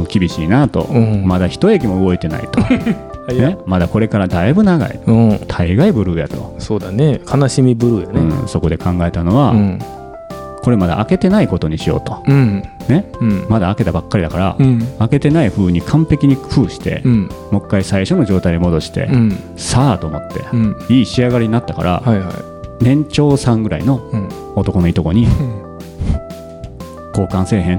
Speaker 2: うん厳しいなと、
Speaker 1: うん
Speaker 2: まだ一駅も動いてないと、
Speaker 1: [laughs] いいや
Speaker 2: ね、まだこれからだいぶ長い
Speaker 1: うん
Speaker 2: 大概ブルーやと、
Speaker 1: そうだね悲しみブルーやね
Speaker 2: うんそこで考えたのは、
Speaker 1: うん
Speaker 2: これまだ開けてないことにしようと、
Speaker 1: うん
Speaker 2: ね、
Speaker 1: うん
Speaker 2: まだ開けたばっかりだから、
Speaker 1: うん
Speaker 2: 開けてない風に完璧に封して、
Speaker 1: うん
Speaker 2: もう一回最初の状態に戻して、
Speaker 1: うん
Speaker 2: さあと思って、
Speaker 1: うん
Speaker 2: いい仕上がりになったから、
Speaker 1: はいはい
Speaker 2: 年長さんぐらいの
Speaker 1: うん
Speaker 2: 男のいとこに
Speaker 1: ん
Speaker 2: 「 [laughs] 交換せえへん」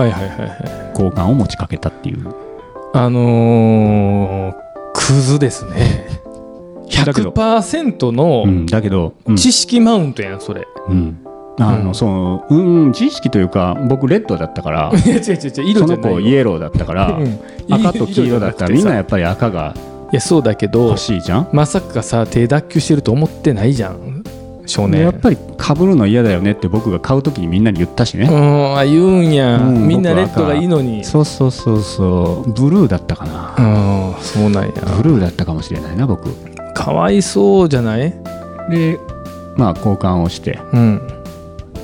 Speaker 1: はいはいはいはい
Speaker 2: 交換を持ちかけたっていう
Speaker 1: あのークズですね
Speaker 2: だけど
Speaker 1: 100%の
Speaker 2: うんだけど、うん
Speaker 1: 知識マウントやんそれ
Speaker 2: うんあの、
Speaker 1: うん
Speaker 2: そううん知識というか僕レッドだったから [laughs]
Speaker 1: [laughs] いや違う違う違う色
Speaker 2: そ
Speaker 1: じ
Speaker 2: の
Speaker 1: ゃない
Speaker 2: 子
Speaker 1: よ
Speaker 2: イエローだった [laughs] から
Speaker 1: うん
Speaker 2: 赤と黄色だったらみんなやっぱり赤が
Speaker 1: いやそうだけど
Speaker 2: 欲しいじゃん
Speaker 1: まさかさ手脱臼してると思ってないじゃん少
Speaker 2: で
Speaker 1: 年
Speaker 2: やっぱりかぶるの嫌だよねって僕が買う時にみんなに言ったし
Speaker 1: う
Speaker 2: ね、
Speaker 1: んあ言うんや、
Speaker 2: うん
Speaker 1: みんなレッドがいいのに
Speaker 2: そうそうそうそうブルーだったか
Speaker 1: う
Speaker 2: な、
Speaker 1: んそうなんや
Speaker 2: ブルーだったかもしれないな僕
Speaker 1: かわいそうじゃない
Speaker 2: でまあ交換をして
Speaker 1: うん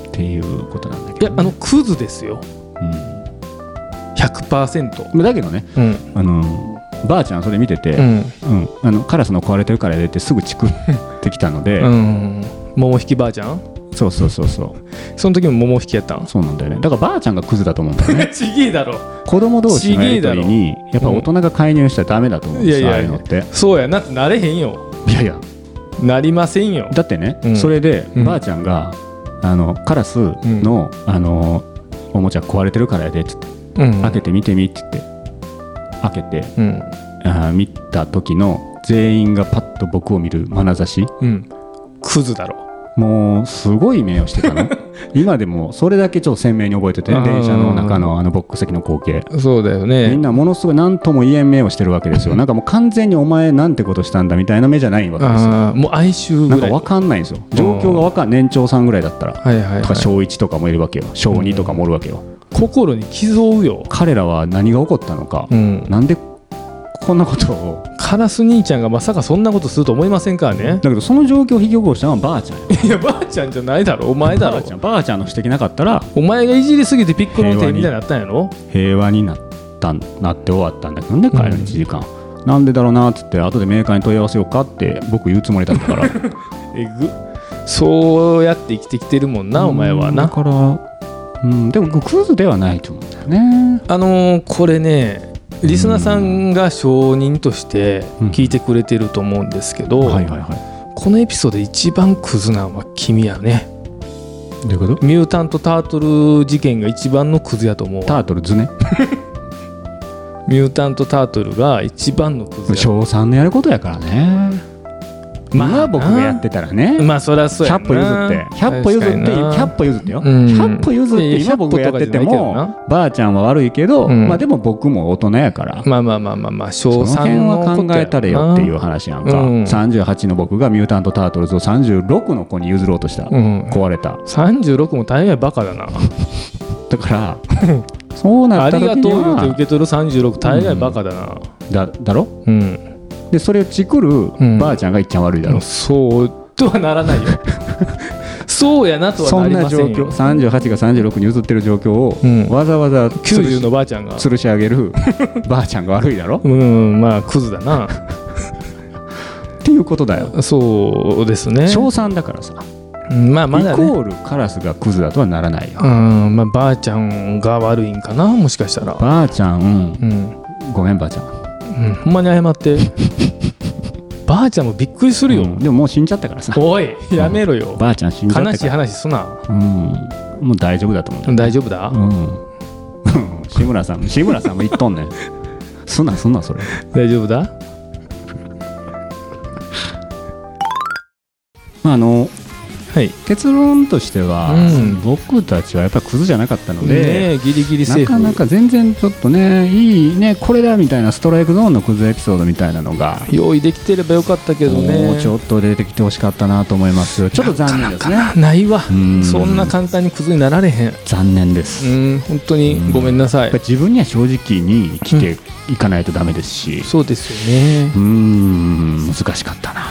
Speaker 2: っていうことなんだけ
Speaker 1: い
Speaker 2: ど
Speaker 1: や
Speaker 2: ね、
Speaker 1: あのクズですよ
Speaker 2: う
Speaker 1: 100%
Speaker 2: んまあだけどね
Speaker 1: うん
Speaker 2: あのばあちゃんそれ見てて、
Speaker 1: う
Speaker 2: うん
Speaker 1: ん
Speaker 2: あのカラスの壊れてるから出てすぐチクってきたので、
Speaker 1: うん桃引きばあちゃん
Speaker 2: そうそうそうそう
Speaker 1: その時も桃引きやったん
Speaker 2: そうなんだよねだからばあちゃんがクズだと思うんだよね
Speaker 1: [laughs] ちげえだろ
Speaker 2: 子供同士のやり取りにやっぱ大人が介入しちゃダメだと思うんです
Speaker 1: いやいや
Speaker 2: ああいうのって
Speaker 1: そうやなってなれへんよ
Speaker 2: いやいや
Speaker 1: なりませんよ
Speaker 2: だってね、
Speaker 1: うん
Speaker 2: それで
Speaker 1: うん
Speaker 2: ばあちゃんが、あのカラスの,、あのおもちゃ壊れてるからやでっつって
Speaker 1: うん
Speaker 2: 開けて見てみって言って開けて
Speaker 1: うん
Speaker 2: あー見た時の全員がパッと僕を見る眼差し
Speaker 1: うんクズだろ
Speaker 2: もうすごい目をしてた
Speaker 1: [laughs]
Speaker 2: の今でもそれだけちょっと鮮明に覚えてて
Speaker 1: あー
Speaker 2: 電車の中のあのボックス席の光景
Speaker 1: そうだよ
Speaker 2: みん
Speaker 1: ね
Speaker 2: なものすごい何とも言えん目をしてるわけですよなんかもう完全にお前なんてことしたんだみたいな目じゃないわけですよ
Speaker 1: ああもう哀愁
Speaker 2: なん
Speaker 1: ぐ
Speaker 2: から
Speaker 1: い
Speaker 2: 分かんないんですよ状況が分かん年長さんぐらいだったら
Speaker 1: はいはい、はい、
Speaker 2: とか小1とかもいるわけよ小2とかもおるわけよ
Speaker 1: 心に傷を負うよ、
Speaker 2: 彼らは何が起こったのか
Speaker 1: うん、
Speaker 2: なんでこんなことを
Speaker 1: カラス兄ちゃんがまさかそんなことすると思いませんからね
Speaker 2: だけどその状況を引き起こしたのはばあちゃんや
Speaker 1: いやばあちゃんじゃないだろお前だ
Speaker 2: ばあ
Speaker 1: ろ
Speaker 2: ちゃんばあちゃんの指摘なかったら
Speaker 1: お前がいじりすぎてピッコロの手みたいになったんやろ
Speaker 2: 平和になったなって終わったんだけどね帰る1時間、なんでだろうなっつって後でメーカーに問い合わせようかって僕言うつもりだったから
Speaker 1: えぐそうやって生きてきてるもん [laughs] なお前は
Speaker 2: うんだ
Speaker 1: な
Speaker 2: から、うん、でも僕クズではないと思うんだよね
Speaker 1: あのーこれねリスナーさんが証人として聞いてくれてると思うんですけど、
Speaker 2: はいはいはい
Speaker 1: このエピソードで一番クズなのは君やね
Speaker 2: どういうこと
Speaker 1: ミュータント・タートル事件が一番のクズやと思うわ
Speaker 2: タートルズね
Speaker 1: ミュータント・タートルが一番のクズや
Speaker 2: 小3のやることやからね
Speaker 1: まあ
Speaker 2: 今僕がやってたらね、
Speaker 1: まあそりゃそうやな
Speaker 2: 100歩譲って100歩譲って
Speaker 1: 確かにな
Speaker 2: 100歩譲ってよ、
Speaker 1: うん
Speaker 2: 100歩譲っ
Speaker 1: いや
Speaker 2: て
Speaker 1: いや
Speaker 2: 今僕がやってて
Speaker 1: 100歩とかじゃないけど
Speaker 2: もばあちゃんは悪いけど、
Speaker 1: うん
Speaker 2: まあでも僕も大人やから、
Speaker 1: まあまあまあまあまあ
Speaker 2: そ
Speaker 1: 小
Speaker 2: の辺
Speaker 1: 3の
Speaker 2: は
Speaker 1: こと
Speaker 2: 考えたれよっていう話やんか、
Speaker 1: うん
Speaker 2: 38の僕がミュータント・タートルズを36の子に譲ろうとした、
Speaker 1: うん
Speaker 2: 壊れた
Speaker 1: 36も大変やバカだな [laughs]
Speaker 2: だからそうな
Speaker 1: あ
Speaker 2: った
Speaker 1: りが
Speaker 2: 時
Speaker 1: と
Speaker 2: に
Speaker 1: う言うて受
Speaker 2: は
Speaker 1: け取る36大概バカだな
Speaker 2: だだろ
Speaker 1: うん、
Speaker 2: でそれをチクる
Speaker 1: ん
Speaker 2: ばあちゃんがいっちゃん悪いだろ、
Speaker 1: そうとはなら
Speaker 2: [laughs]
Speaker 1: ないよそうやなとは
Speaker 2: そ
Speaker 1: なんり
Speaker 2: な
Speaker 1: ませ
Speaker 2: 状
Speaker 1: ん
Speaker 2: 況
Speaker 1: よ
Speaker 2: 38が36に譲ってる状況を、
Speaker 1: うん
Speaker 2: わざわざ吊るし
Speaker 1: 90のばあちゃんが
Speaker 2: 吊るし上
Speaker 1: [laughs]
Speaker 2: げるばあちゃんが悪いだろっ
Speaker 1: うんまあクズだな
Speaker 2: ていうことだよ
Speaker 1: そうですね
Speaker 2: 小3だからさ、
Speaker 1: うんまあま
Speaker 2: イ
Speaker 1: だね
Speaker 2: コールカラスがクズだとはならないよ
Speaker 1: うんまあばあちゃんが悪いんかなもしかしたら
Speaker 2: ばあちゃん
Speaker 1: うん、
Speaker 2: ごめんばあちゃん
Speaker 1: うん、ほんまに謝って
Speaker 2: [laughs]
Speaker 1: ばあちゃんもびっくりするよ、
Speaker 2: うんでももう死んじゃったからさ
Speaker 1: おいやめろよ
Speaker 2: ばあちゃん死んじゃった
Speaker 1: 悲
Speaker 2: か
Speaker 1: しい
Speaker 2: ら
Speaker 1: 話すな
Speaker 2: うんもう大丈夫だと思う
Speaker 1: 大丈夫だ、
Speaker 2: うん志村
Speaker 1: [laughs]
Speaker 2: さん志村さんも言っとんねんすんなすんなそれ
Speaker 1: 大丈夫だ
Speaker 2: まああの
Speaker 1: はい
Speaker 2: 結論としては、
Speaker 1: うん
Speaker 2: 僕たちはやっぱりクズじゃなかったので、
Speaker 1: ねえギリギリセー
Speaker 2: な
Speaker 1: フ
Speaker 2: かなか全然ちょっとねいいねこれだみたいなストライクゾーンのクズエピソードみたいなのが
Speaker 1: 用意できてればよかったけどね
Speaker 2: もうちょっと出てきてほしかったなと思いますちょっと残念ですね
Speaker 1: ないわ
Speaker 2: うん
Speaker 1: そんな簡単にクズになられへん
Speaker 2: 残念です、やっ
Speaker 1: うん本当にごめんなさい
Speaker 2: ぱり自分には正直に生きていかないとダメですし
Speaker 1: そうですよね
Speaker 2: うーん難しかったな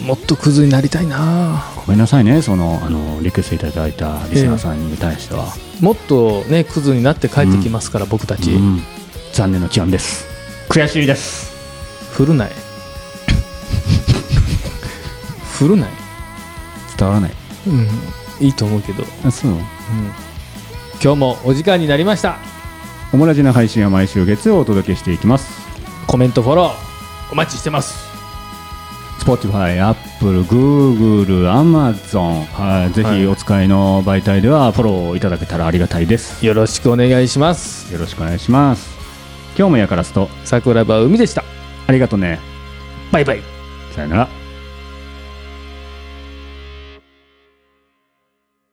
Speaker 1: うんもっとクズになりたいな
Speaker 2: ごめんなさいねそのあのリクエストいただいたリスナーさんに対しては、
Speaker 1: もっとねクズになって帰ってきますから僕たち
Speaker 2: うん残念の極みです悔しいです
Speaker 1: 振る [laughs] ない振るない
Speaker 2: 伝わらない
Speaker 1: うんいいと思うけど
Speaker 2: あそう
Speaker 1: 今日もお時間になりました
Speaker 2: オムラジの配信は毎週月曜お届けしていきます
Speaker 1: コメントフォローお待ちしてます
Speaker 2: Spotify、Apple、Google、Amazon、はい、ぜ
Speaker 1: はい
Speaker 2: ひお使いの媒体ではフォローいただけたらありがたいです。
Speaker 1: よろしくお願いします
Speaker 2: よろしくお願いします。今日もやからすと、
Speaker 1: 桜庭海でした
Speaker 2: ありがとうね。
Speaker 1: バイバイ
Speaker 2: さよなら。